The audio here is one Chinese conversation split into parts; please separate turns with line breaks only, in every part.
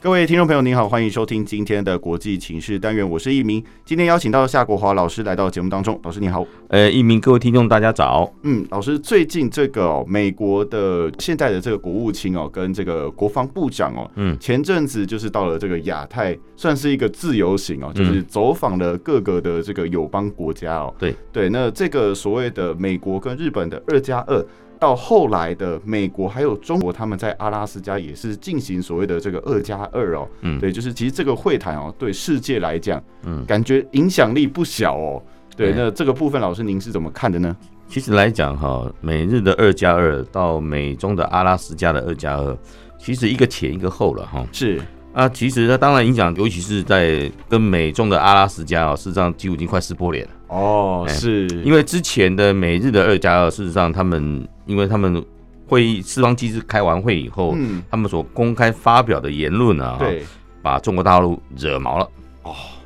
各位听众朋友，您好，欢迎收听今天的国际情势单元，我是一鸣。今天邀请到夏国华老师来到节目当中，老师你好。
呃，一鸣，各位听众大家早。
嗯，老师，最近这个、哦、美国的现在的这个国务卿哦，跟这个国防部长哦，
嗯
前阵子就是到了这个亚太，算是一个自由行哦，就是
嗯
走访了各个的这个友邦国家哦。
对
对，那这个所谓的美国跟日本的二加二。到后来的美国还有中国，他们在阿拉斯加也是进行所谓的这个二加二哦，
嗯
对，就是其实这个会谈哦，对世界来讲，
嗯
感觉影响力不小哦。对，
对
那这个部分老师您是怎么看的呢？
其实来讲哈，美日的二加二到美中的阿拉斯加的二加二，其实一个前一个后了哈。
是，
啊，其实它当然影响，尤其是在跟美中的阿拉斯加啊，事实上几乎已经快撕破脸了。
哦，
哎
是
因为之前的美日的二加二，事实上他们因为他们会议四方机制开完会以后，
嗯，
他们所公开发表的言论啊，
对，
把中国大陆惹毛了。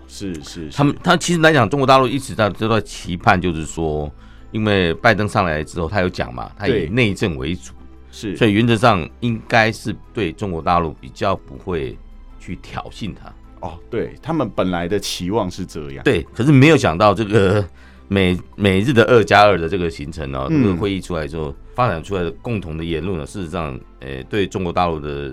是是，是
他们他其实来讲，中国大陆一直在都在期盼，就是说，因为拜登上来之后，他有讲嘛，他
对
以内政为主，
是，
所以原则上应该是对中国大陆比较不会去挑衅他。
哦，对他们本来的期望是这样，
对，可是没有想到这个 美美日的二加二的这个行程哦，
嗯
这个会议出来之后，发展出来的共同的言论呢，事实上，呃，对中国大陆的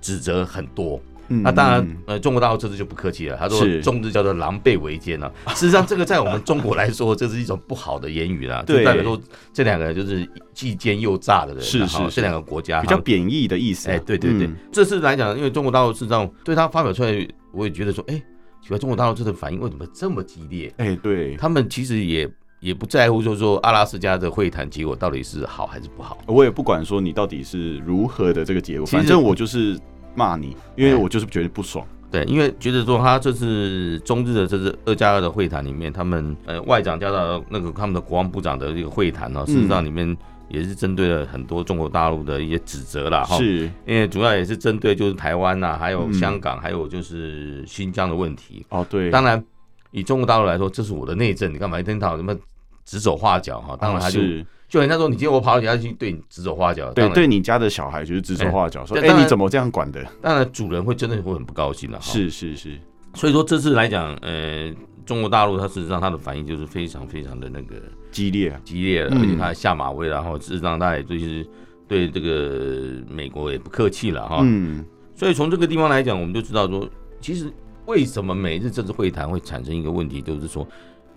指责很多。
嗯
那当然
嗯，
呃，中国大陆这次就不客气了，他说
是
中日叫做狼狈为奸 了、事实上，这个在我们中国来说，这是一种不好的言语啊啦，就
对
代表说这两个人就是既奸又诈的人啊，
是是
哈
是
这两个国家
比较
哈
贬义的意思啊，
啊哎，对对对，
嗯
这次来讲，因为中国大陆事实上对他发表出来，我也觉得说，哎，奇怪，中国大陆这次反应为什么这么激烈？
哎，对，
他们其实也也不在乎，就是说阿拉斯加的会谈结果到底是好还是不好。
我也不管说你到底是如何的这个结果，
其实
反正我就是骂你，因为
哎
我就是觉得不爽，
对，因为觉得说他这次中日的这次二加二的会谈里面，他们呃外长加到那个他们的国防部长的一个会谈呢、哦，事实
嗯
上里面也是针对了很多中国大陆的一些指责啦，哈，，
是
因为主要也是针对就是台湾呐、还有
嗯
香港，还有就是新疆的问题。
哦，对，
当然，以中国大陆来说，这是我的内政，你干嘛一天到晚什么指手画脚哈、当然
哦
他就是就人家说你今天我跑到你家去对你指手画脚，
对
当然
对，你家的小孩就是指手画脚，说
对
哎
当然
你怎么这样管的？哦
当然主人会真的会很不高兴了、哈。
是是是，
所以说这次来讲，呃，中国大陆它事实上它的反应就是非常非常的那个
激烈啊，
激烈了，
嗯
而且它下马威了，然后事实上它也就是对这个美国也不客气了哈。
嗯，
所以从这个地方来讲，我们就知道说，其实为什么美日这次会谈会产生一个问题，就是说，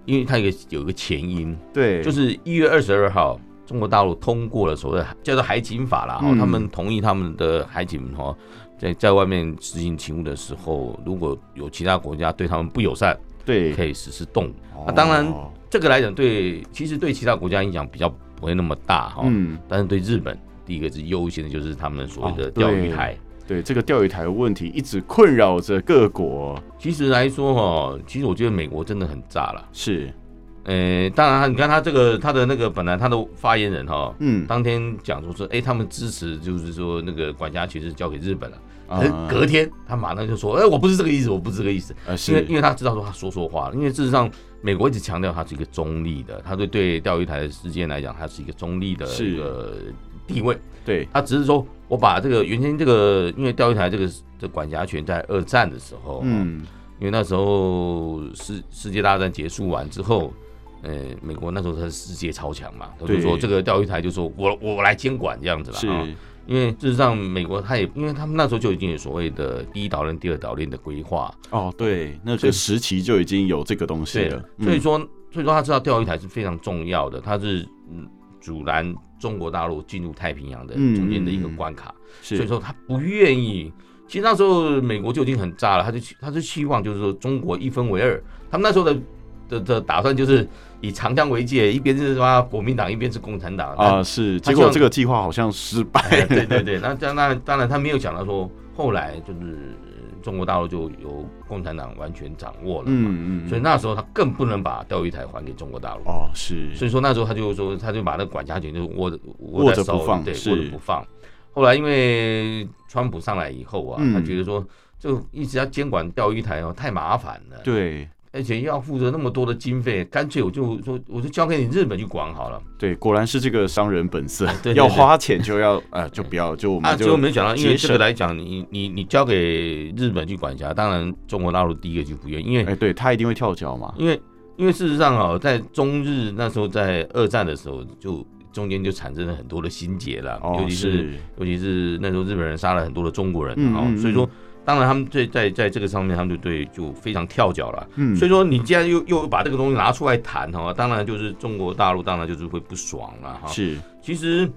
因为它有一个有一个前因，
对，
就是一月二十二号。中国大陆通过了所谓的叫做海警法啦，哈、哦
嗯
他们同意他们的海警哈，在在外面执行勤务的时候，如果有其他国家对他们不友善，
对，
可以实施动武。
哦
那当然这个来讲，对其实对其他国家影响比较不会那么大哈、
嗯，
但是对日本，第一个是优先的就是他们所谓
哦
的钓鱼台。
对，这个钓鱼台的问题一直困扰着各国，
其实来说哈，其实我觉得美国真的很炸了。
是，
呃，当然他，你看他这个他的那个本来他的发言人哦哈，
嗯，
当天讲说是哎、他们支持就是说那个管辖权是交给日本了。
啊
嗯可是隔天他马上就说，哎、我不是这个意思，我不是这个意思。
呃
因为因
是
为他知道说他说错话了，因为事实上美国一直强调他是一个中立的，他对对钓鱼台的事件来讲，他是一个中立的
是
一个地位，
对，
他只是说我把这个原先这个因为钓鱼台这个这管辖权在二战的时候，，
嗯，
因为那时候世世界大战结束完之后。呃，美国那时候他是世界超强嘛，他就
对
说这个钓鱼台就说我我来监管这样子了，
是，
啊因为事实上美国他也因为他们那时候就已经有所谓的第一岛链、第二岛链的规划，
哦，对，那
所
个
以
时期就已经有这个东西
对
了，
所以
嗯
说，所以说他知道钓鱼台是非常重要的，它是嗯阻拦中国大陆进入太平洋的
嗯
中间的一个关卡，
是，
所以说他不愿意。其实那时候美国就已经很炸了，他就他就希望就是说中国一分为二，他们那时候的的的打算就是以长江为界，一边是什么国民党，一边是共产党
哦
啊、是，结
他
果
希望
这个 计划好像失败，
哎对对对，那当然当然他没有想到说后来就是呃中国大陆就由共产党完全掌握了嘛，
嗯嗯，
所以那时候他更不能把钓鱼台还给中国大陆。
哦是，
所以说那时候他就说，他就把那个管辖权就握着
握
在
着
手
不
里
放
对，
是
握着不放。后来因为川普上来以后啊，
嗯
他觉得说就一直要监管钓鱼台哦，太麻烦了，，
对
而且要负责那么多的经费，干脆我就说我就交给你日本去管好了。
对，果然是这个商人本色，
对对
要
对
花钱就要呃就不要就我
啊，
们
结果
就
没想到，因为
节
这
省
个来讲，你你你交给日本去管辖，当然中国大陆第一个就不愿意，因为
哎对他一定会跳脚嘛，
因为因为事实上啊，在中日那时候在二战的时候就。中间就产生了很多的心结了，嗯尤
哦
其是尤其是那时候日本人杀了很多的中国人
嗯
啊、
嗯嗯
所以说当然他们对在在这个上面他们就对就非常跳脚了。
嗯，
所以说你既然又又把这个东西拿出来谈哈、当然就是中国大陆当然就是会不爽了哈、
是
其实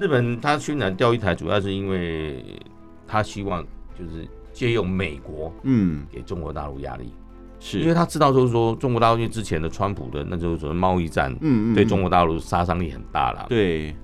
日本它宣传钓鱼台，主要是因为他希望就是借用美国
嗯
给中国大陆压力，
是，
因为他知道就是说中国大陆因为之前的川普的那就是所谓贸易战。
嗯嗯
对中国大陆杀伤力很大了，
对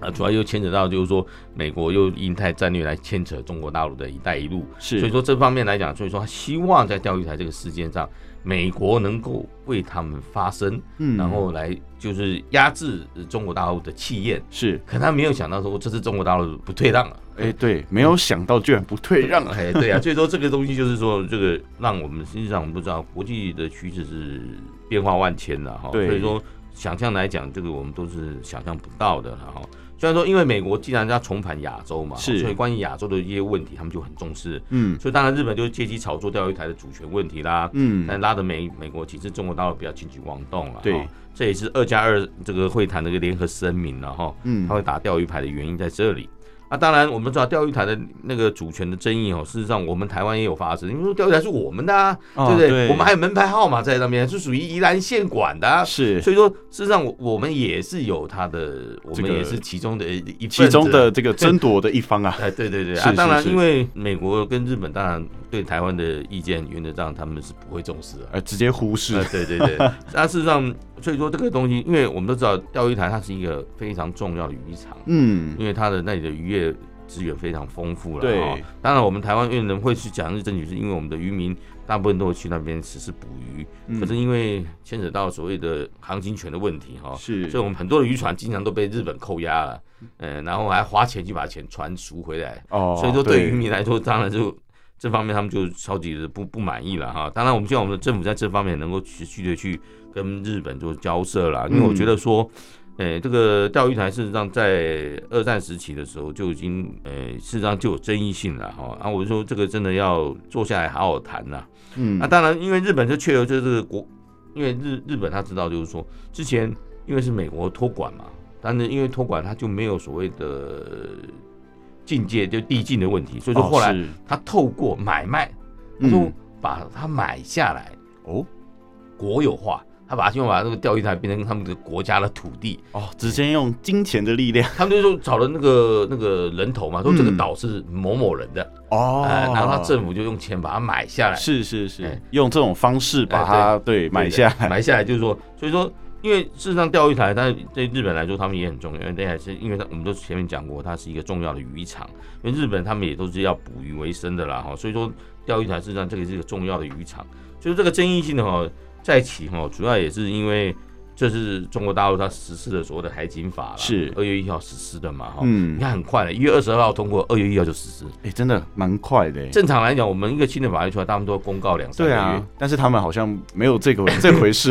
啊，主要又牵扯到就是说美国又印太战略来牵扯中国大陆的一带一路，
是，
所以说这方面来讲，所以说他希望在钓鱼台这个事件上，美国能够为他们发声，
嗯
然后来就是压制呃中国大陆的气焰。
是
可他没有想到说这次中国大陆不啊退让了，
哎对，没有想到居然不退让啊，
哎，对啊，所以说这个东西就是说，这个让我们实际上我们都知道，国际的趋势是变化万千的哈，所
对
以说想象来讲，这个我们都是想象不到的了哈。虽然说，因为美国既然要重返亚洲嘛，
是
所以关于亚洲的一些问题，他们就很重视。
嗯
所以当然，日本就是借机炒作钓鱼台的主权问题啦，
嗯
但拉得美美国其实中国大陆不要轻举妄动了。
对
哈这也是二加二这个会谈的一个联合声明了哈。
嗯
他会打钓鱼牌的原因在这里。啊，当然我们知道钓鱼台的那个主权的争议哦，事实上我们台湾也有发生，因为说钓鱼台是我们的啊，
哦
对不对？
对
我们还有门牌号码在那边，是属于宜兰县管的、啊。
是
所以说，事实上我我们也是有它的，我
这
们
个
也是其中的一
其
份子啊
中的这个争夺的一方 啊，
哎，对对对
是
啊，
是
当然，
是
因为美国跟日本当然对台湾的意见原则上他们是不会重视的。
呃直接忽视
啊，对 对对，那事实上，所以说这个东西，因为我们都知道钓鱼台它是一个非常重要的渔场，
嗯
因为它的那里的渔业资源非常丰富了。
对
哦，当然我们台湾越人会去讲日争取，是因为我们的渔民大部分都会去那边实施捕鱼，可是因为牵扯到所谓的航行权的问题哈、
是
所以我们很多的渔船经常都被日本扣押了，嗯，然后还花钱去把钱船赎回来，
哦，
所以说对渔民来说，当然就这方面他们就超级的不不满意了哈。当然，我们希望我们的政府在这方面能够持续的去跟日本做交涉啦，因为我觉得说。呃，这个钓鱼台事实上在二战时期的时候就已经，呃，事实上就有争议性了哈。啊，我就说这个真的要坐下来好好谈呐、
嗯
那、当然，因为日本就确有就是国，因为日日本他知道就是说，之前因为是美国托管嘛，但是因为托管他就没有所谓的境界就地境的问题，所以说后
哦
来
是
他透过买卖，他就
嗯
把它买下来
哦
国有化。他把希望把这个钓鱼台变成他们的国家的土地，
哦，直接用金钱的力 量
他们就说找了那个那个人头嘛，说这个
嗯
岛是某某人的，
哦
哎，然后他政府就用钱把它买下来，
是是是
哎，
用这种方式把它哎对买
对
下来，
买下来就是说，所以说，因为事实上钓鱼台，但对日本来说，他们也很重要，因为这还是因为它我们都前面讲过，它是一个重要的渔场，因为日本他们也都是要捕鱼为生的啦哈，所以说钓鱼台事实上这个是一个重要的渔场，所以这个争议性的哈在起哈，主要也是因为这是中国大陆它实施的所谓的海警法啦，
是
二月一号实施的嘛哈。
嗯
你，看很快了，一月二十二号通过，二月一号就实施。
哎，真的蛮快的，
正常来讲，我们一个新的法律出来，他们都会公告两三
对
个月。
啊，但是他们好像没有这个这回事，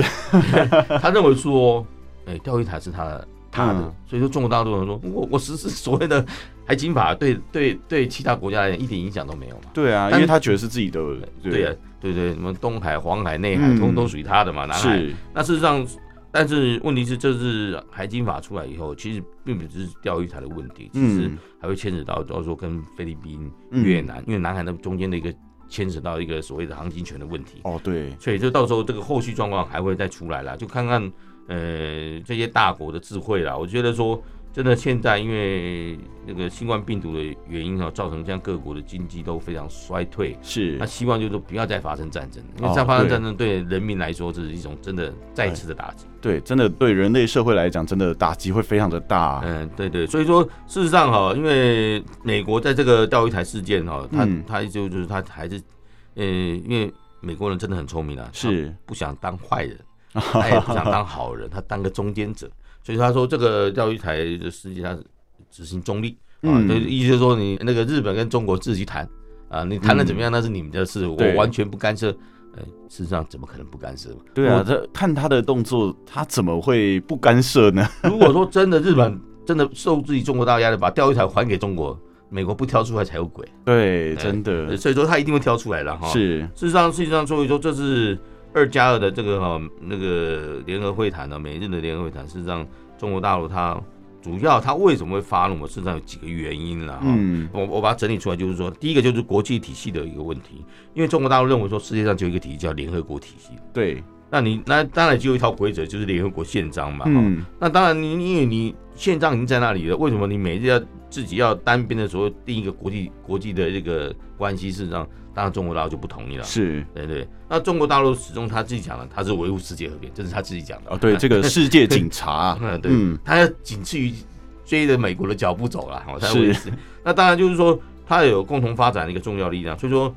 他认为说，哎、钓鱼台是他的，他的，
嗯
所以说中国大陆人说， 我我实施所谓的 海警法，对对对，其他国家来讲一点影响都没有嘛。
对啊，
但
因为他觉得是自己的，
对
啊
呀、对对，什么东海、黄海、内海，
嗯
通通属于他的嘛，南海。
是，
那事实上，但是问题是，这是海警法出来以后，其实并不只是钓鱼台的问题，其实
嗯
还会牵扯到，到时候跟菲律宾、
嗯
越南，因为南海那中间的一个牵扯到一个所谓的航行权的问题。
哦对，
所以就到时候这个后续状况还会再出来啦，就看看呃这些大国的智慧啦。我觉得说真的，现在因为那个新冠病毒的原因啊，造成这样各国的经济都非常衰退。
是
那，希望就是说不要再发生战争，因
哦
为再发生
对
战争对人民来说，这是一种真的再次的打击。
对，真的对人类社会来讲，真的打击会非常的
啊
大，
嗯，对对，所以说事实上哈，因为美国在这个钓鱼台事件哈，它
嗯
它就就是它还是呃，因为美国人真的很聪明啊，
是
不想当坏人，他也不想当好人，他当个中间者。所以他说这个钓鱼台的世界，他执行中立啊，
嗯
就是意思就是说你那个日本跟中国自己谈啊，你谈的怎么样那是你们的事，
对
我完全不干涉。呃，事实上怎么可能不干涉嘛？
对啊，他看他的动作，他怎么会不干涉呢？
如果说真的日本 真的受自己中国大压力，把钓鱼台还给中国，美国不挑出来才有鬼。
对，
哎
真的
所以说他一定会挑出来的哈。
是
事实上，事实上，所以说这是二加二的这个哈、呃那个联合会谈呢、美日的联合会谈，事实上中国大陆它主要它为什么会发怒嘛？事实上有几个原因啦哈。
嗯，
我我把它整理出来，就是说，第一个就是国际体系的一个问题，因为中国大陆认为说世界上只有一个体系叫联合国体系，
对，
那你那当然就有一套规则，就是联合国宪章嘛。哈
嗯，
那当然你，因为你宪章已经在那里了，为什么你每日要自己要单边的时候定一个国际国际的这个关系？事实上，当然中国大陆就不同意了。
是
对对，那中国大陆始终他自己讲的，他是维护世界和平，这是他自己讲的。，
哦，对，这个世界警察
嗯，对，
嗯，
他要仅次于追着美国的脚步走了，哦，他
是
维持。那当然就是说，他有共同发展的一个重要力量。所以说，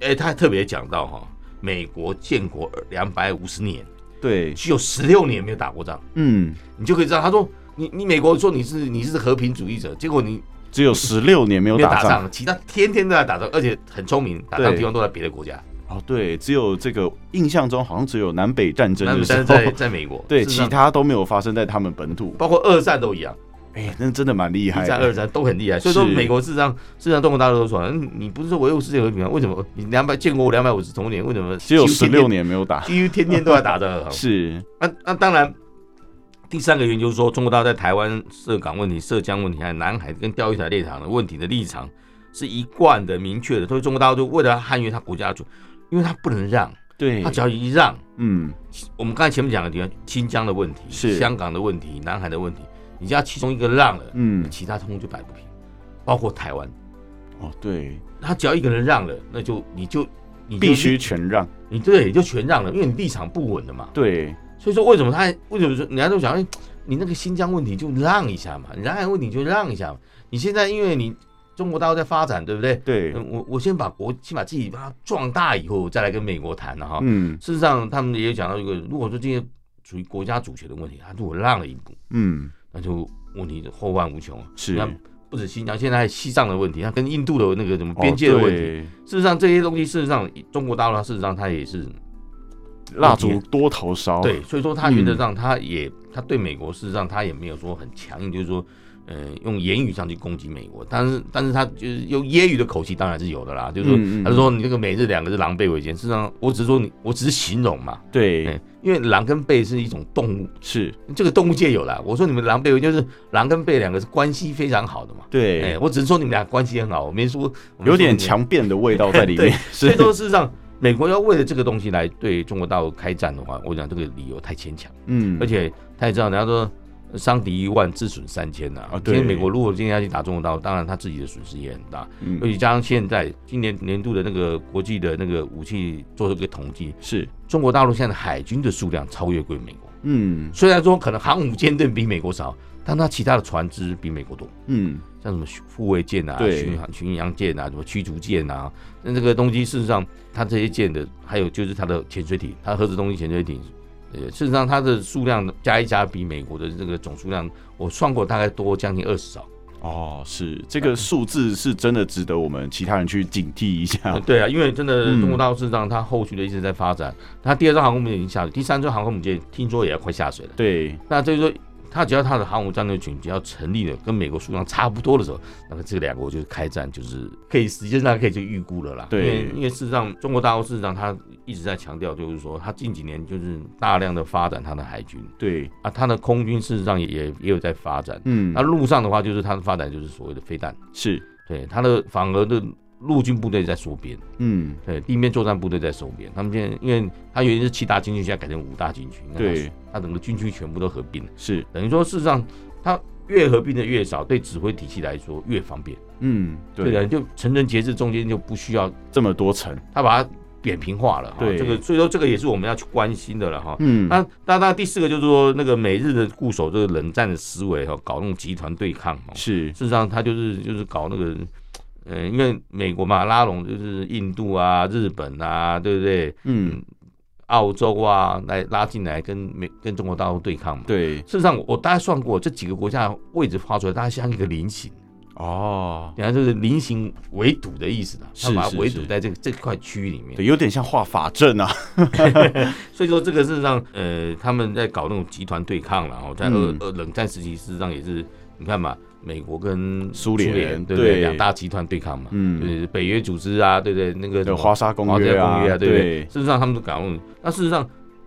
哎、他特别讲到哈，美国建国两百五十年，
对，
只有十六年没有打过仗。
嗯，
你就可以知道，他说你你美国说你是你是和平主义者，结果你
只有十六年没有
没有
打
打
仗，
仗，其他天天都在打仗，而且很聪明，打仗的地方都在别的国家，
哦，对，只有这个印象中好像只有南北战争
那
的
么
时
但是在
候，
在美国，
对，
事实上
其他都没有发生在他们本土，
包括二战都一样，
哎，那真的蛮厉
一
害
战二
的，
战都很厉害，所以说
是
美国事实上事实上中国大陆都说，嗯，你不是说维护世界和平啊？为什么你两百建国两百五十周年，为什么
只有
几乎
十
天
六
天，
年没有打，
几乎天天都在打 仗？
是，
那那啊当然，第三个原因就是说，中国大陆在台湾涉港问题、涉疆问题，还有南海跟钓鱼台立场的问题的立场是一贯的、明确的。所以中国大陆就为了要捍卫它国家主，因为它不能让，
对
啊它，只要一让，
嗯，
我们刚才前面讲的地方，新疆的问题、
是
香港的问题、南海的问题，你只要其中一个让了，
嗯，
其他通通就摆不平，包括台湾，
哦，对，
他只要一个人让了，那就你就你就
必须全让，
你对你就全让了，因为你立场不稳了嘛。
对，
所以说为什么他为什么说人家都想，哎，你那个新疆问题就让一下嘛，南海问题就让一下嘛。你现在因为你中国大陆在发展，对不对？
对，
嗯我我先把国先把自己把它壮大以后，我再来跟美国谈了哈。
嗯
事实上，他们也讲到一个，如果说这些属于国家主权的问题，他如果让了一步，
嗯，
那就问题后患无穷啊。
是，
那不止新疆，现在还有西藏的问题，它跟印度的那个什么
哦
边界的问题。
对
事实上，这些东西事实上中国大陆它事实上它也是
蜡烛多头烧，
对，，所以说他原则
嗯
上他也、他对美国事实上他也没有说很强硬，就是说，呃，用言语上去攻击美国，但是但是他就是用揶揄的口气当然是有的啦，就是说、
嗯嗯
他就说你这个美日两个是狼狈为奸，事实上我只是说你我只是形容嘛，
对
哎，因为狼跟狈是一种动物，
是，
这个动物界有啦，我说你们狼狈为奸就是狼跟狈两个是关系非常好的嘛，哎、
对，
我只是说你们俩关系很好，我没说我没说
有点
你们
强辩的味 道在里面，
所以
是，
说，事实上，美国要为了这个东西来对中国大陆开战的话，我讲这个理由太牵强，
嗯
而且他也知道，人家说伤敌一万，自损三千呐、
啊
今
对
天美国如果今天要去打中国大陆，当然他自己的损失也很大，
嗯
而且加上现在今年年度的那个国际的那个武器做了个统计，
是，
中国大陆现在海军的数量超越过美国，
嗯
虽然说可能航母舰队比美国少，但它其他的船只比美国多。
嗯，
像什么护卫舰啊、
对
巡航巡洋舰啊、什么驱逐舰啊，那这个东西事实上，它这些舰的，还有就是它的潜水艇，它核子动力潜水艇，呃，事实上它的数量加一加，比美国的这个总数量，我算过大概多将近二十艘。
哦，是这
嗯
个数字是真的值得我们其他人去警惕一下，
对啊，因为真的
嗯
中国大陆事实上它后续的一直在发展，它第二艘航空母舰已经下水，第三艘航空母舰听说也要快下水了。
对，
那就是说，它只要它的航母战略群只要成立了，跟美国数量差不多的时候，那么这两国就是开战，就是可以时间上可以去预估了啦。
对
因为因为事实上，中国大陆事实上它一直在强调，就是说它近几年就是大量的发展它的海军
对，
啊，它的空军事实上也也也有在发展。
嗯
那，陆上的话，就是它的发展就是所谓的飞弹，
是，
对它的反而的陆军部队在缩编，
嗯，
对地面作战部队在收编。他们现在因为它原先是七大军区，现在改成五大军区，那它
对，
它整个军区全部都合并了。
是，
等于说，事实上，它越合并的越少，对指挥体系来说越方便。
嗯，
的，
对，
就成人节制中间就不需要
这么多层，
它把它扁平化了哈。
对
这个所以说这个也是我们要去关心的了哈。
嗯，
那那那第四个就是说，那个美日的固守这个冷战的思维哈，搞那种集团对抗哈。
是，
事实上，他就是就是搞那个呃，因为美国嘛，拉拢就是印度啊、日本啊，对不对？
嗯，
澳洲啊，来拉进来跟美跟中国大陆对抗嘛。
对，
事实上我，我大概算过这几个国家位置画出来，大概像一个菱形，
哦，
你看就是菱形围堵的意思啦，他
是
把
是
它围
是
堵在这个这块区域里面。
对，有点像画法阵啊，
所以说，这个事实上，呃，他们在搞那种集团对抗了哦，在
嗯
二二冷战时期，事实上也是，你看嘛，美国跟
苏联
对不对？
对
两大集团对抗嘛，
嗯
就是北约组织啊，对不对？那个什
有
么
华沙公
华
约
沙公约啊，对不对？
对，
事实上，他们都搞那种，那事实上。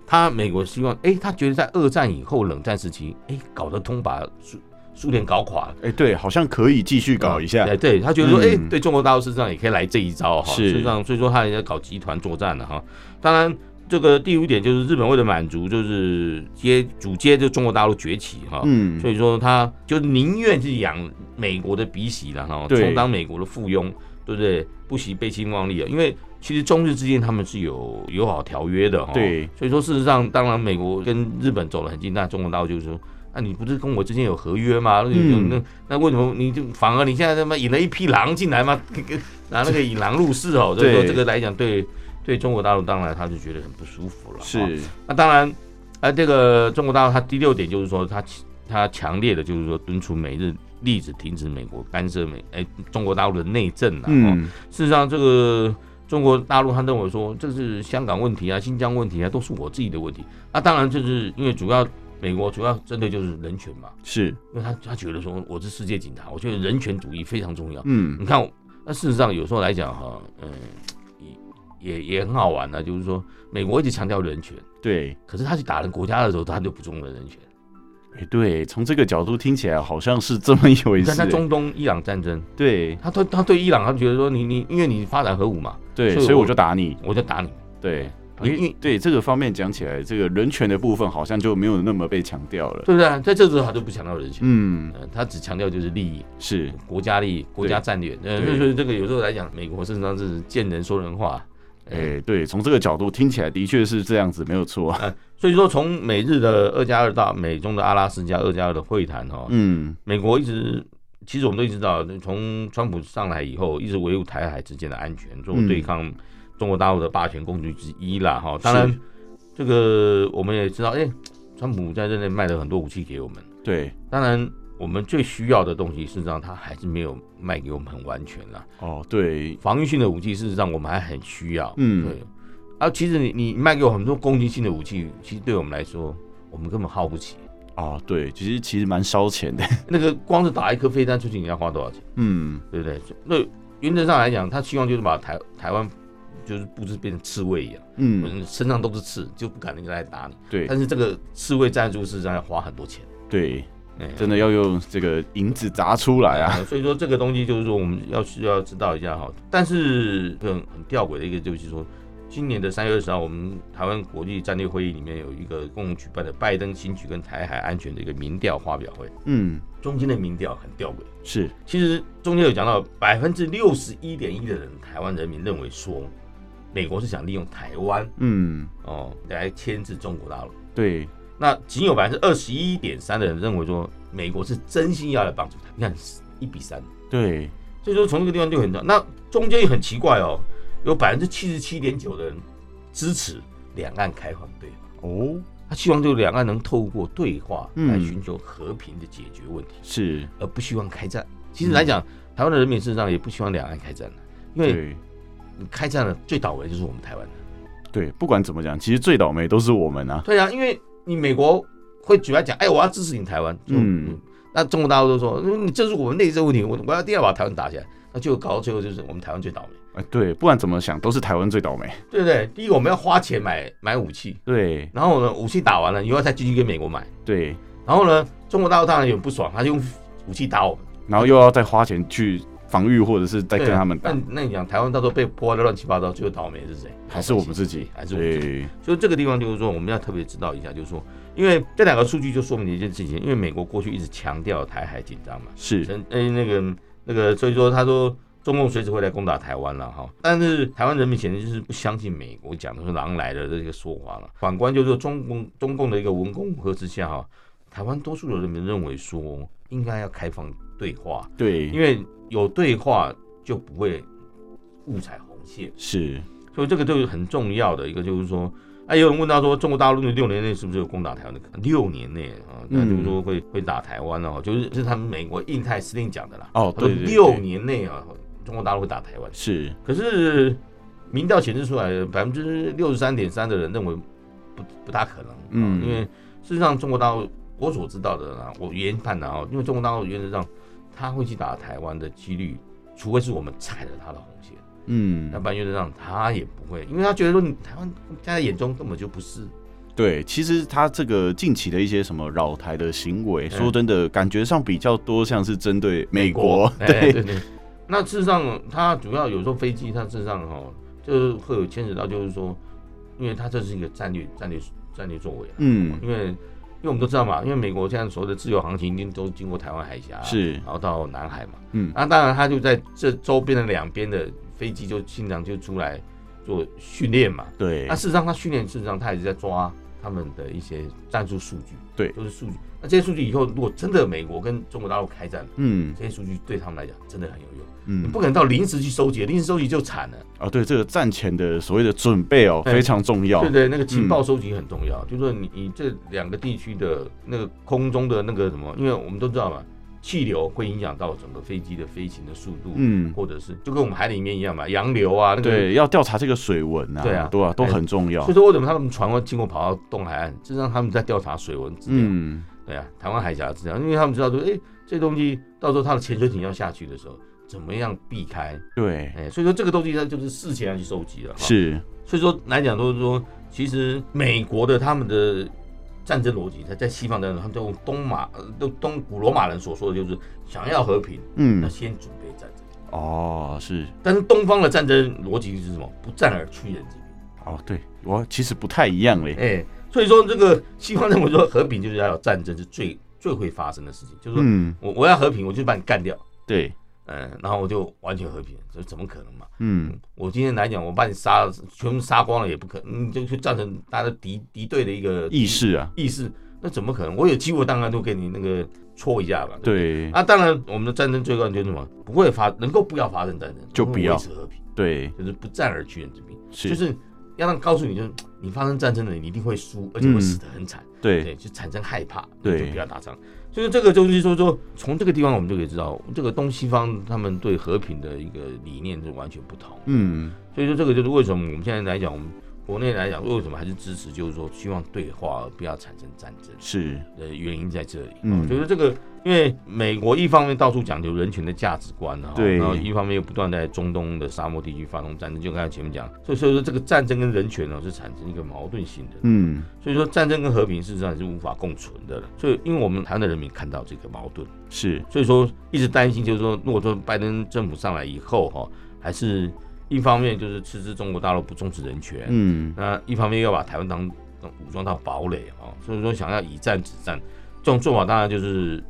他美国希望，哎、他觉得在二战以后冷战时期，哎、搞得通把苏苏联搞垮了，
哎，对，好像可以继续搞一下，
对，对他觉得说，
嗯
哎、对中国大陆事实上也可以来这一招哈，
是
事实上，所以说他也在搞集团作战了哈。当然，这个第五点就是日本为了满足，就是接主接就中国大陆崛起哈。
嗯，
所以说，他就宁愿去养美国的鼻息了哈，
对
充当美国的附庸，对不对？不惜背信忘义啊！因为其实中日之间他们是有友好条约的哈，
对，
所以说事实上，当然美国跟日本走得很近，那中国大陆就是说，那、你不是跟我之间有合约吗？那你就
嗯
那那为什么你就反而你现在他妈引了一批狼进来吗？ 拿那个引狼入室哦，所以说
对
这个来讲对对中国大陆当然他就觉得很不舒服
嗯
了，哦
是，
那当然，呃，这个中国大陆它第六点就是说，它它强烈的就是说敦促美日立即停止美国干涉美哎中国大陆的内政啊。哦
嗯，
事实上，这个中国大陆他认为说这是香港问题啊、新疆问题啊，都是我自己的问题。那、当然就是因为主要美国主要针对就是人权嘛，
是，
因为他他觉得说我是世界警察，我觉得人权主义非常重要。
嗯，
你看，那事实上有时候来讲哈，嗯、也也也很好玩啊，就是说美国一直强调人权。
对，
可是他去打人国家的时候，他就不重了人权。
哎，对，从这个角度听起来好像是这么一回
你
事
看，他
哎
中东伊朗战争，
对
他对他对伊朗，他觉得说你你因为你发展核武嘛，
对，
所以
所以我
我
就打你，
我就打你。
对。
因为因为
对这个方面讲起来，这个人权的部分好像就没有那么被强调了。
对不对？在这时候他就不强调人权，
嗯，
嗯，他只强调就是利益、
是，
国家利益、国家战略。呃，所
对
以说这个有时候来讲，美国事实上是见人说人话。呃
哎、对，从这个角度听起来的确是这样子，没有错啊。
所以说，从美日的二加二到美中的阿拉斯加二加二的会谈哦，
嗯，
美国一直，其实我们都一直知道，从川普上来以后，一直维护台海之间的安全，做对抗中国大陆的霸权工具之一啦。哈、当然，这个我们也知道，哎、川普在任内卖了很多武器给我们。
对，
当然，我们最需要的东西，事实上他还是没有卖给我们很完全啦。
哦，对，
防御性的武器，事实上我们还很需要。
嗯
对。啊，其实你你卖给我很多攻击性的武器，其实对我们来说，我们根本耗不起。
哦，对，其实其实蛮烧钱的。
那个光是打一颗飞弹出去，你要花多少钱？
嗯，
对不对？那原则上来讲，他希望就是把台台湾就是布置变成刺猬一样，
嗯，
嗯，身上都是刺，就不敢人家来打你。
对
但是这个刺猬战术事实上要花很多钱，
对，
哎
真的要用这个银子砸出来啊。
呃所以说这个东西就是说我们要需要知道一下哈。但是很很吊诡的一个就是说。今年的三月二十号，我们台湾国际战略会议里面有一个共同举办的拜登新举跟台海安全的一个民调发表会，
嗯，
中间的民调很吊诡。
是，
其实中间有讲到百分之六十一点一的人，台湾人民认为说，美国是想利用台湾
嗯，
哦来牵制中国大陆。
对，
那仅有百分之二十一点三的人认为说，美国是真心要来帮助他。你看一比三，
对，
所以说从这个地方就很重要。那中间也很奇怪哦，有百分之七十七点九的人支持两岸开放对话，
哦，
他希望就两岸能透过对话来
嗯
寻求和平的解决问题。
是，
而不希望开战。其实来讲，台湾的人民事实上也不希望两岸开战的，因为
对，
你开战了，最倒霉的就是我们台湾的。
对，不管怎么讲，其实最倒霉都是我们啊。
对啊，因为你美国会主要讲，哎，我要支持你台湾，
嗯
嗯，那中国大陆就说，嗯你这是我们内政问题，我我要一定要把台湾打下来，那就搞到最后就是我们台湾最倒霉，
哎，对，不管怎么想，都是台湾最倒霉。
对不对？第一个我们要花钱买买武器，
对，
然后呢，武器打完了，以后再继续跟美国买，
对，
然后呢，中国大陆当然也不爽，他就用武器打我们。
然后又要再花钱去防御，或者是再
对啊
跟他们打，
那那你讲台湾到时候被破坏的乱七八糟，最后倒霉的是谁？
还是我们自己，
还是我们自己。
对
所以这个地方就是说，我们要特别知道一下，就是说，因为这两个数据就说明了一件事情，因为美国过去一直强调台海紧张嘛，
是，
嗯，哎，那个那个，所以说他说中共随时会来攻打台湾了哈，但是台湾人民显然就是不相信美国讲的是狼来了这个说法了。反观就是说中共中共的一个文攻武赫之下哈，台湾多数的人民认为说应该要开放对话，
对，
因为有对话就不会误踩红线。
是
所以这个就是很重要的一个，就是说，哎，有人问到说，中国大陆的六年内是不是有攻打台湾的可能？六年内啊，那
嗯
就是说会、会打台湾哦，就是这是他们美国印太司令讲的啦。
哦，
他说
对对对，
六年内啊，中国大陆会打台湾。
是
可是民调显示出来的，百分之六十三点三的人认为不不大可能。
嗯
嗯，因为事实上中国大陆我所知道的啊，我研判的啊，因为中国大陆原则上他会去打台湾的几率，除非是我们踩了他的红线。
嗯
那，半月让他也不会，因为他觉得说你台湾在他眼中根本就不是，
对，其实他这个近期的一些什么扰台的行
嗯
为，说真的，感觉上比较多像是针对美国，
哎
对，
对对。那事实上，他主要有时候飞机，它事实上哈、哦，就是会有牵扯到，就是说，因为它这是一个战略战略战略作为啊，
嗯，
因为因为我们都知道嘛，因为美国现在所有的自由航行已经都经过台湾海峡，，
是，
然后到南海嘛，
嗯
那当然他就在这周边的两边的飞机就经常就出来做训练嘛，
对
那，事实上，他训练事实上他也是在抓他们的一些战术数据，
对
就是数据。那这些数据以后，如果真的美国跟中国大陆开战，
嗯
这些数据对他们来讲真的很有用。你
嗯
不，可能到临时去收集，临时收集就惨了，
哦，对，这个战前的所谓的准备哦，
哎
非常重要
对，不对？那个情报收集很重要，
嗯
就是说你你这两个地区的那个空中的那个什么，因为我们都知道嘛，气流会影响到整个飞机的飞行的速度，
嗯，
或者是就跟我们海里面一样嘛，洋流啊，那个
对，要调查这个水文啊，
对啊
对啊，都
哎
很重要
所以，说，为什么他们船会经过跑到东海岸？这让他们在调查水文资料。
嗯，
对啊，台湾海峡是这样，因为他们知道说，哎、这东西到时候它的潜水艇要下去的时候，怎么样避开？
对，
哎、所以说这个东西呢，就是事前要去收集了。哈，
是，
所以说来讲，就是说，其实美国的他们的战争逻辑，在在西方战争，他们都用东马，呃都东古罗马人所说的就是想要和平，要
嗯，
先准备战争。
哦，是，
但是东方的战争逻辑是什么？不战而屈人之兵。
哦，对，我其实不太一样嘞，
哎、所以说这个西方认为说和平就是要有战争是最最会发生的事情，就是说
嗯，
我我要和平，我就把你干掉。
对，
嗯，然后我就完全和平，这怎么可能嘛？
嗯，
我今天来讲，我把你杀了，全部杀光了也不可能，嗯就就造成大家敌敌对的一个
意识啊，
意识，那怎么可能？我有机会当然就给你那个戳一下吧。不，
对，
那、当然，我们的战争最高就是什么？不会发，能够不要发生战争，
就不要
维持和平，
对，，
就是不战而屈人之兵，就是是要让告诉你，就是你发生战争了，你一定会输，而且
嗯
会死得很惨。
对，
对，就产生害怕，
对
就不要打仗。所以这个东西说说，从这个地方我们就可以知道，这个东西方他们对和平的一个理念是完全不同。
嗯，
所以说这个就是为什么我们现在来讲，我们国内来讲为什么还是支持，就是说希望对话而不要产生战争
是，
的原因在这里。
嗯
嗯，就是这个，因为美国一方面到处讲究人权的价值观啊，
对
然后一方面又不断在中东的沙漠地区发动战争，就刚才前面讲，所以所以说这个战争跟人权呢哦是产生一个矛盾性的。
嗯，
所以说，战争跟和平事实上是无法共存的了。所以，因为我们台湾的人民看到这个矛盾，
是，
所以说一直担心，就是说，如果说拜登政府上来以后哈、还是一方面就是吃吃中国大陆不重视人权，
嗯，
那一方面又要把台湾当当武装到堡垒啊、所以说想要以战止战，这种做法当然就是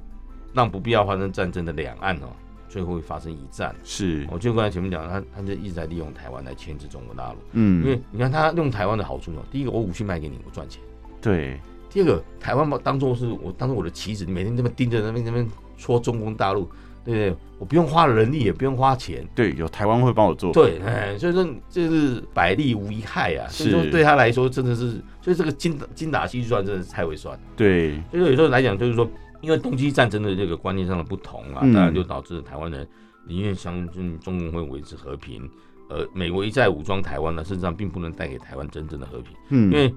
让不必要发生战争的两岸哦，最后会发生一战。
嗯是，
我就刚才前面讲，他他就一直在利用台湾来牵制中国大陆，因
嗯，
为你看他用台湾的好处哦，第一个我武器卖给你，我赚钱。
对，
第二个，台湾把当做是我当做我的棋子，你每天这么盯着那边那边戳中共大陆，对不对？我不用花人力，也不用花钱，
对，有台湾会帮我做，
对，哎，所以说这是百利无一害啊。所以说
是
对他来说真的是，所以这个精精打细算真的是太会算。
对，
所以说有时候来讲，就是说因为东西战争的这个观念上的不同啊，
嗯
当然就导致台湾人宁愿相信中共会维持和平，而美国一再武装台湾呢，事实上并不能带给台湾真正的和平。
嗯，
因为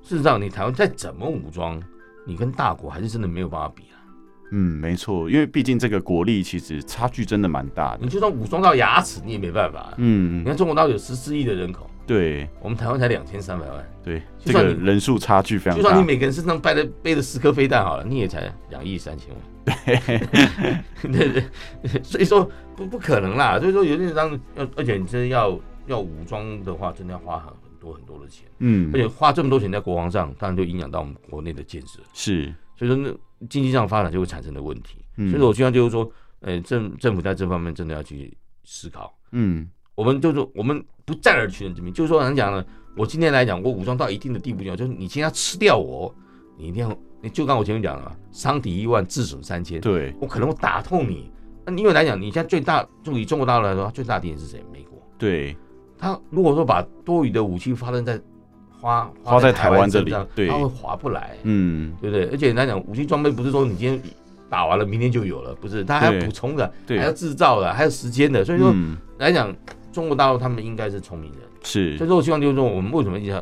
事实上，你台湾再怎么武装，你跟大国还是真的没有办法比啊。
嗯，没错，因为毕竟这个国力其实差距真的蛮大的
你，就算武装到牙齿，你也没办法。你
嗯，
看中国大陆有十四亿的人口，
对，
我们台湾才两千三百万，
对，这
就算
个
你
人数差距非常
就算你
大，
每个人身上背的背着十颗飞弹好了，你也才两亿三千万。 对对对，所以说不不可能啦。所以说有些当要，而且你真的要要武装的话，真的要花很很多很多的钱，
嗯
而，且花这么多钱在国防上，当然就影响到我们国内的建设。
是，
所以说那经济上发展就会产生的问题。
嗯
所以说我希望就是说，呃，政政府在这方面真的要去思考。
嗯，
我们就是我们不战而屈人之兵，就是说，人讲呢，我今天来讲，我武装到一定的地步就好，就是你今天要吃掉我，你一定要，你就刚我前面讲了嘛，伤敌一万，自损三千，
对，
我可能我打痛你，那因为来讲，你现在最大就以中国大陆来说，它最大敌人是谁？美国。
对，
他如果说把多余的武器发生在花
花在台湾这
身
里
上
对
它会划不来，
嗯，
对不对？而且来讲，武器装备不是说你今天打完了，明天就有了，不是，它还
对
要补充的，还
对，
要制造的，还有时间的。所以说
嗯，
来讲，中国大陆他们应该是聪明人。所
是
以说我希望就是说，我们为什么一直要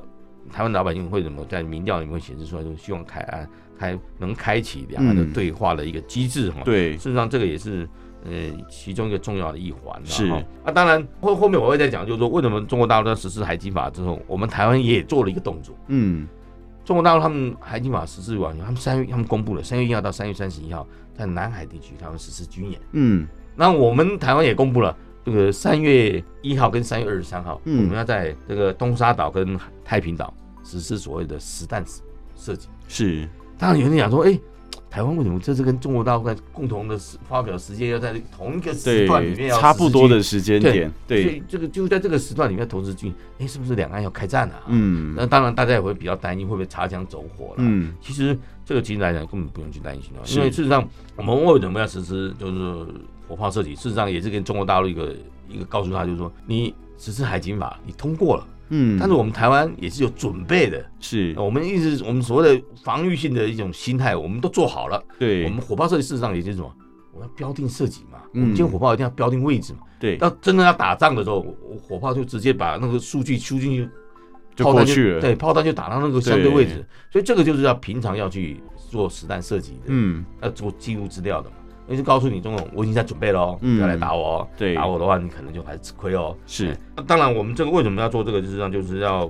台湾老百姓会怎么在民调里面显示出来，就是希望开岸开能开启两岸的
嗯
对话的一个机制哈。
对，
事实上这个也是呃其中一个重要的一环啦。
是
哈啊，当然后后面我会再讲，就是说为什么中国大陆在实施海基法之后，我们台湾也做了一个动作。
嗯，
中国大陆他们海基法实施完以后，他们三月他们公布了三月一号到三月三十一号在南海地区他们实施军演。
嗯，
那我们台湾也公布了。这个三月一号跟三月二十三号，
嗯
我们要在这个东沙岛跟太平岛实施所谓的实弹射击。
是，
当然有人讲说，哎、台湾为什么这次跟中国大陆在共同的时发表时间要在同一个时段里面
对，
要
差不多
实
的时间点，
施军，所
对，
以这个就在这个时段里面同时进行，哎、是不是两岸要开战啊？，
嗯，
那当然大家也会比较担心会不会擦枪走火了。，
嗯，
其实这个其实来讲根本不用去担心哦，
是
因为事实上我们为什么要实施就是火炮射击，事实上也是跟中国大陆一个一个告诉他，就是说你实施海警法你通过了，
嗯，
但是我们台湾也是有准备的，
是
我们一直我们所谓的防御性的一种心态，我们都做好了。我
对
们火炮射击事实上也就是什么，我要标定射击嘛，我
嗯
们今天火炮一定要标定位置嘛。
对，
到真的要打仗的时候，我我火炮就直接把那个数据输进去，
就
炮
过
弹
去了
对，炮弹就打到那个相对
对
位置，所以这个就是要平常要去做实弹射击的，
嗯，
要做记录资料的嘛。那就告诉你，中共我已经在准备了哦，
嗯
不要来打我哦，
对
打我的话你可能就还是吃亏哦。
是
哎，那当然我们这个为什么要做这个，就是让就是要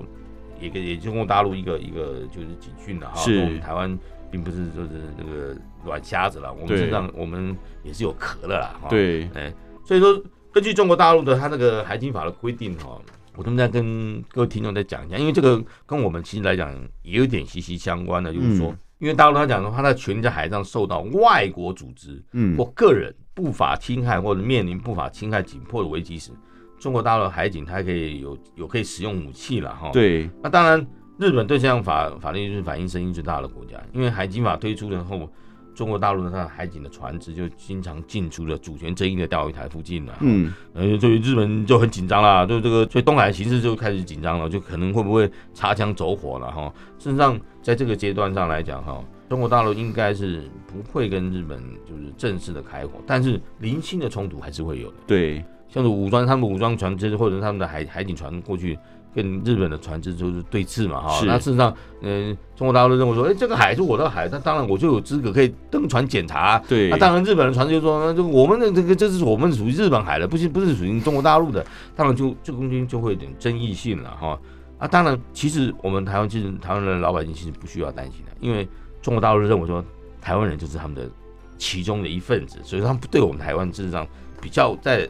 也给也中国大陆一个一个就是警讯了哈，
是
我们台湾并不是就是那个软瞎子了，我们
对
是让我们也是有壳的啦，哈，
对，
哎，所以说根据中国大陆的它那个海警法的规定哈、我这边再跟各位听众再讲一下，因为这个跟我们其实来讲也有点息息相关的，就是说，
嗯
因为大陆它讲说，它的权利在海上受到外国组织
嗯
或，个人不法侵害或者面临不法侵害紧迫的危机时，中国大陆海警它可以有有可以使用武器了哈、，
对，
那当然，日本对这项法法律是反应声音最大的国家，因为海警法推出了后，中国大陆的它的海警的船只就经常进出了主权争议的钓鱼台附近了、啊。，
嗯，
呃，所以日本就很紧张啦，就这个，所以东海形势就开始紧张了，就可能会不会擦枪走火了哈。事实上，在这个阶段上来讲哈，中国大陆应该是不会跟日本就是正式的开火，但是零星的冲突还是会有的。
对，
像是武装他们武装船只或者他们的海海警船过去跟日本的船只就是对峙嘛哈
是。
那事实上，嗯、中国大陆认为说，哎、这个海是我的海，那当然我就有资格可以登船检查。
对，
那、啊当然，日本的船只就说，那就我们的这个这是我们属于日本海了，不是不是属于中国大陆的，当然就这中间就会有点争议性了哈。啊，当然，其实我们台湾其实台湾的老百姓其实不需要担心的，因为中国大陆认为说台湾人就是他们的其中的一份子，所以他们对我们台湾事实上比较在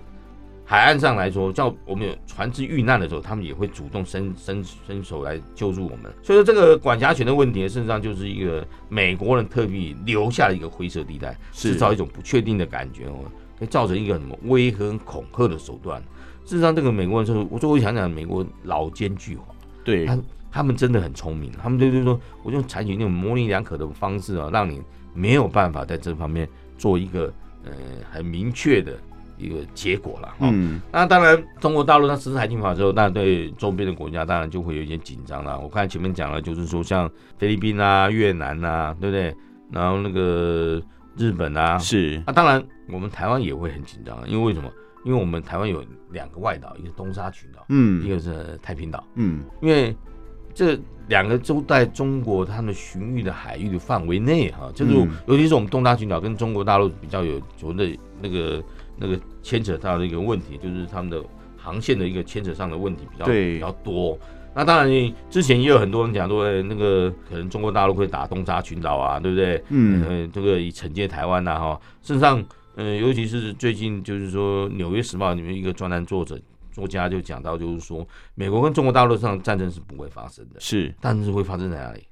海岸上来说，叫我们有船只遇难的时候，他们也会主动伸伸伸手来救助我们。所以说，这个管辖权的问题，事实上就是一个美国人特地留下的一个灰色地带，
是
制造一种不确定的感觉哦，会造成一个什么威和恐吓的手段。事实上，这个美国人就是，我最后想讲美国老奸巨猾，
对，
他他们真的很聪明，他们就是说，我就采取那种模棱两可的方式啊，让你没有办法在这方面做一个呃很明确的一个结果了哈。
嗯，
那当然，中国大陆它实施海禁法之后，当然对周边的国家当然就会有一些紧张啦。我看前面讲了，就是说像菲律宾啊、越南啊，对不对？然后那个日本啊，
是，
啊，当然我们台湾也会很紧张，因为为什么？因为我们台湾有两个外岛，一个是东沙群岛，一
嗯，
个是太平岛。
嗯，
因为这两个都在中国他们巡域的海域的范围内哈，就是
嗯
尤其是我们东大群岛跟中国大陆比较有所谓的那个那个牵扯到的一个问题，就是他们的航线的一个牵扯上的问题比较
对
比较多。那当然，之前也有很多人讲说，哎那个可能中国大陆会打东沙群岛啊，对不对？
嗯，
呃，这个以惩戒台湾呐、哈。事实上，呃，尤其是最近就是说，《纽约时报》里面一个专栏作者作家就讲到，就是说，美国跟中国大陆上战争是不会发生的，
是，
但是会发生在哪里？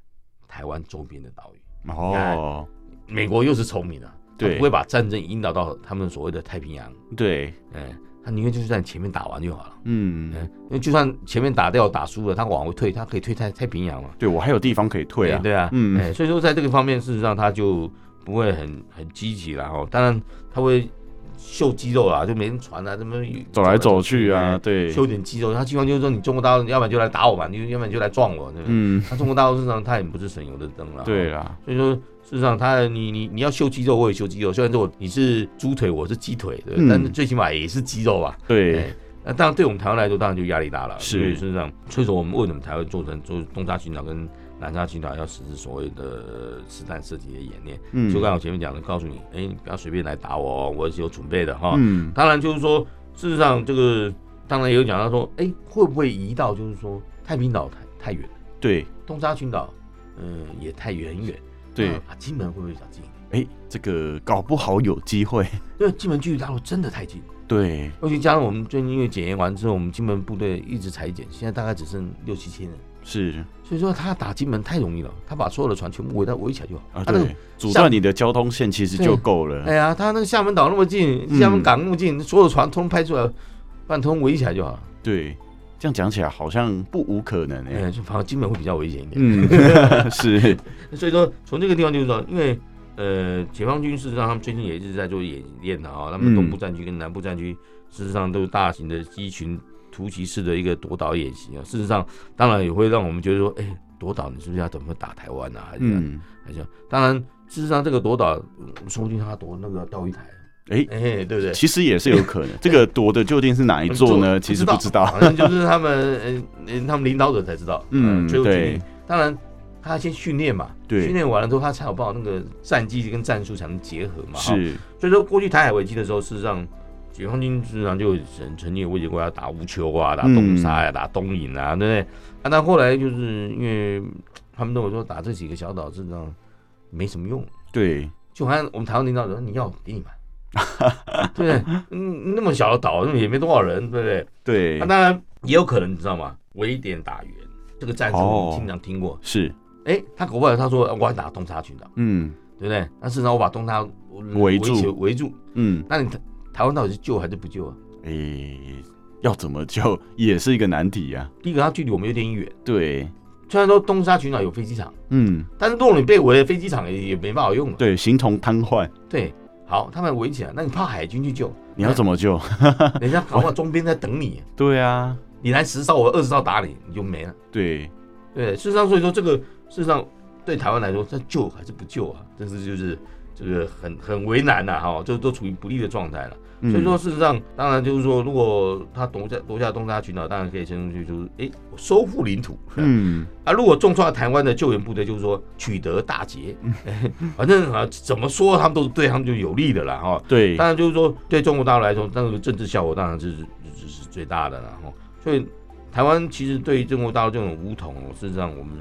台湾周边的岛屿。
哦，
美国又是聪明的、啊，他
对
不会把战争引导到他们所谓的太平洋，
对，
哎，他宁愿就是在前面打完就好了。嗯，
嗯，
因为就算前面打掉打输了，他往回退，他可以退太太平洋嘛。
对我还有地方可以退
哎
啊，
对啊，
嗯
嗯、所哦以说在这个方面，事实上他就不会很很积极了哈。当然，他会秀肌肉啦，就每天传啊，这么
走来走去
哎
啊，对，
秀点肌肉。他希望就是说，你中国大陆，要不然就来打我嘛，你要不然就来撞我，对不对？
嗯，
他中国大陆事实上他也不是省油的灯了，哦
对啊啦，
所以说，事实上他你你你要秀肌肉，我也秀肌肉。虽然说我你是猪腿，我是鸡腿，对不对，
嗯
但是最起码也是肌肉啊。
对
哎，那当然对我们台湾来说，当然就压力大了。
是
所以事实上，所以说我们为什么台湾做成做东沙群岛跟南沙群岛要实施所谓的实弹射击的演练？
嗯，
就刚才我前面讲的，告诉你，哎，你不要随便来打我哦，我是有准备的哈。
嗯，
当然就是说，事实上这个当然也有讲到说，哎，会不会移到就是说太平岛太太远了，
对
东沙群岛嗯也太远远。
对，
啊，金门会不会比较近一点？
哎、这个搞不好有机会，
因为金门距离大陆真的太近，
对，
尤其加上我们最近因为检验完之后，我们金门部队一直裁减，现在大概只剩六七千人，
是
所以说他打金门太容易了，他把所有的船全部围到围起来就好。
啊，
他那个
对，阻断你的交通线其实就够了
哎，呀，他那个厦门岛那么近，
嗯
厦门港那么近，所有船通拍出来，半通围起来就好了。
对，这样讲起来好像不无可能哎、
哎，就反而金门会比较危险一点。
嗯，是，
所以说从这个地方就是说，因为呃，解放军事实上他们最近也一直在做演练的啊，他
嗯
们东部战区跟南部战区事实上都是大型的机群突袭式的一个夺岛演习啊。事实上，当然也会让我们觉得说，哎、夺岛你是不是要怎么打台湾啊？还是、
嗯，
还是要当然，事实上这个夺岛，嗯说不定他夺那个钓鱼台，
哎、
哎、对不对？
其实也是有可能，这个躲的究竟是哪一座呢？其实不知道，
好像就是他们，呃、呃他们领导者才知道，呃
嗯
最后决
对
定。当然，他先训练嘛，
对
训练完了之后，他才有办法那个战绩跟战术才能结合嘛。哈
是，
所以说，过去台海危机的时候，事实上解放军事实上就曾曾经有威胁过要打乌丘啊、打东沙呀、打东引啊，对不对？啊，那后来就是因为他们都有说打这几个小岛，事实上没什么用。
对，
就好像我们台湾领导人说你要给你买， 对不对？嗯，那么小的岛也没多少人，对不对？
对
啊那、，当然也有可能，你知道吗？围点打援这个战术，
哦
我们经常听过。
是，
哎、他国外他说呃我要打东沙群岛，
嗯
对不对？那事实上我把东沙我
围住
起来围住，
嗯，
那你台台湾到底是救还是不救啊？
哎、要怎么救 也是一个难题呀、啊
第一个，它距离我们有点远。
对，
虽然说东沙群岛有飞机场，
嗯，
但是如果你被围了，飞机场也也没办法用了。
对，形同瘫痪，
对，好，他们围起来，那你怕海军去救？
你要怎么 救？
人家搞不好中边在等你，
对啊，
你来十艘，我二十艘打你，你就没了。
对，
对，事实上，所以说这个事实上对台湾来说，这救还是不救啊？但是就是这个很很为难呐、哈，就都处于不利的状态了。
嗯
所以说，事实上，当然就是说，如果他夺下夺下东沙群岛，当然可以伸出去，就是哎，我收复领土。
嗯，
啊，如果重创台湾的救援部队，就是说取得大捷， 反正啊，怎么说他们都是对他们就有利的啦哈。
对，
当然就是说，对中国大陆来说，那个政治效果当然是是是最大的了哈。所以台湾其实对中国大陆这种武统，事实上我们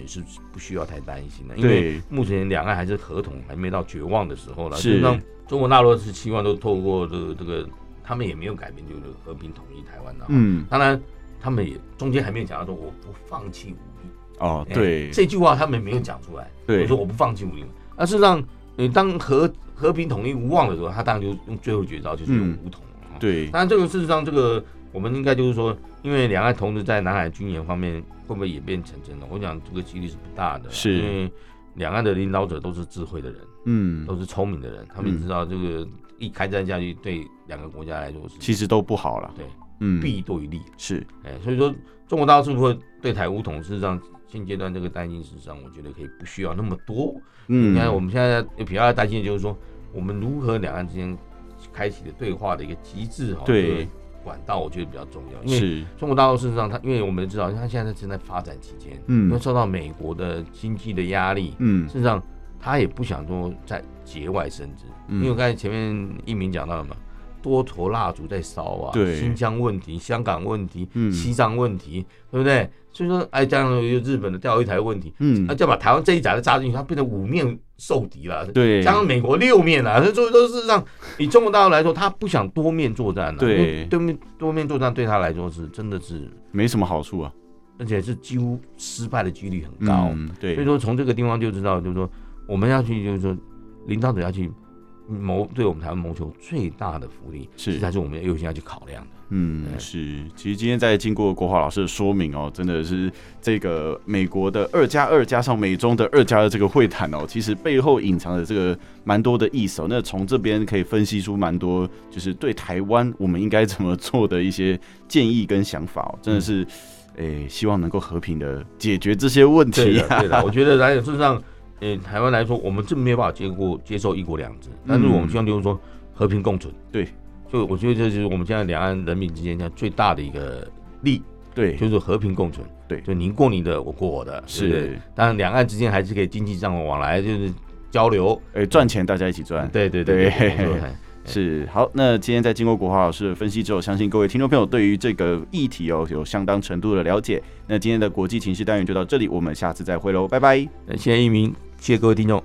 也是不需要太担心的，因为
对，
目前两岸还是合同还没到绝望的时候了。
是
事实上，中国大陆是希望都透过这个这个，他们也没有改变，就是和平统一台湾的。
嗯，
当然，他们也中间还没有讲到说我不放弃武力。
哦，
哎
对，
这句话他们没有讲出来。
对
我说我不放弃武力。那事实上，你当和和平统一无望的时候，他当然就用最后绝招，就是用
嗯
武统了啊。
对，
当然，这个事实上，这个我们应该就是说，因为两岸同时在南海军演方面会不会演变成真的？我想这个几率是不大的，
是
因为两岸的领导者都是智慧的人，
嗯，
都是聪明的人，他们
嗯
知道这个一开战下去，对两个国家来说
其
是
实都不好了，
对
嗯，
弊多于利。
是，
哎，所以说中国大陆是不是会对台武统？事实上，现阶段这个担心，事实上我觉得可以不需要那么多。
嗯，
你看我们现在比较担心的就是说，我们如何两岸之间开启的对话的一个机制哈，
对
这个管道，我觉得比较重要。因为
是，
中国大陆事实上它，因为我们知道它现在正在发展期间，因为
嗯
受到美国的经济的压力，
嗯
事实上他也不想说在节外生枝，因为我
嗯，
刚才前面一鸣讲到了嘛，多头蜡烛在烧啊，
对
新疆问题、香港问题、
嗯
西藏问题，对不对？所以说，哎，这样有日本的钓鱼台问题，那、
嗯，
再把台湾这一闸再扎进去，它变成五面受敌了。啊
对，
加上美国六面啊，这都都是让以中国大陆来说，他不想多面作战了、啊
对
因为对面多面作战对他来说是真的是，
没什么好处啊，
而且是几乎失败的几率很高。
嗯
所以
对，
说从这个地方就知道，就是说我们要去，就是说领导者要去谋对我们台湾谋求最大的福利，
是
这才是我们要优先要去考量的。
嗯，是。其实今天在经过国华老师的说明哦，真的是这个美国的二加二加上美中的二加二这个会谈哦，其实背后隐藏的这个蛮多的意思哦。那从这边可以分析出蛮多，就是对台湾我们应该怎么做的一些建议跟想法哦，真的是，诶、希望能够和平的解决这些问
对
题、
的，
啊。
对的。我觉得来讲，事实上，呃，台湾来说，我们真没有办法接过接受一国两制，但是我们希望就是说和平共存。
对，
就我觉得这就是我们现在两岸人民之间现在最大的一个利，
对，
就是和平共存。
对
就您过你的，我过我的，对不对
是，
当然，两岸之间还是可以经济上的往来，就是交流。
诶、呃赚钱大家一起赚。
对对对
对
哎对，没 错哎
是好，那今天在经过国华老师的分析之后，相信各位听众朋友对于这个议题哦有相当程度的了解。那今天的国际情势单元就到这里，我们下次再会喽，拜拜。
哎谢谢一鸣，谢谢各位听众，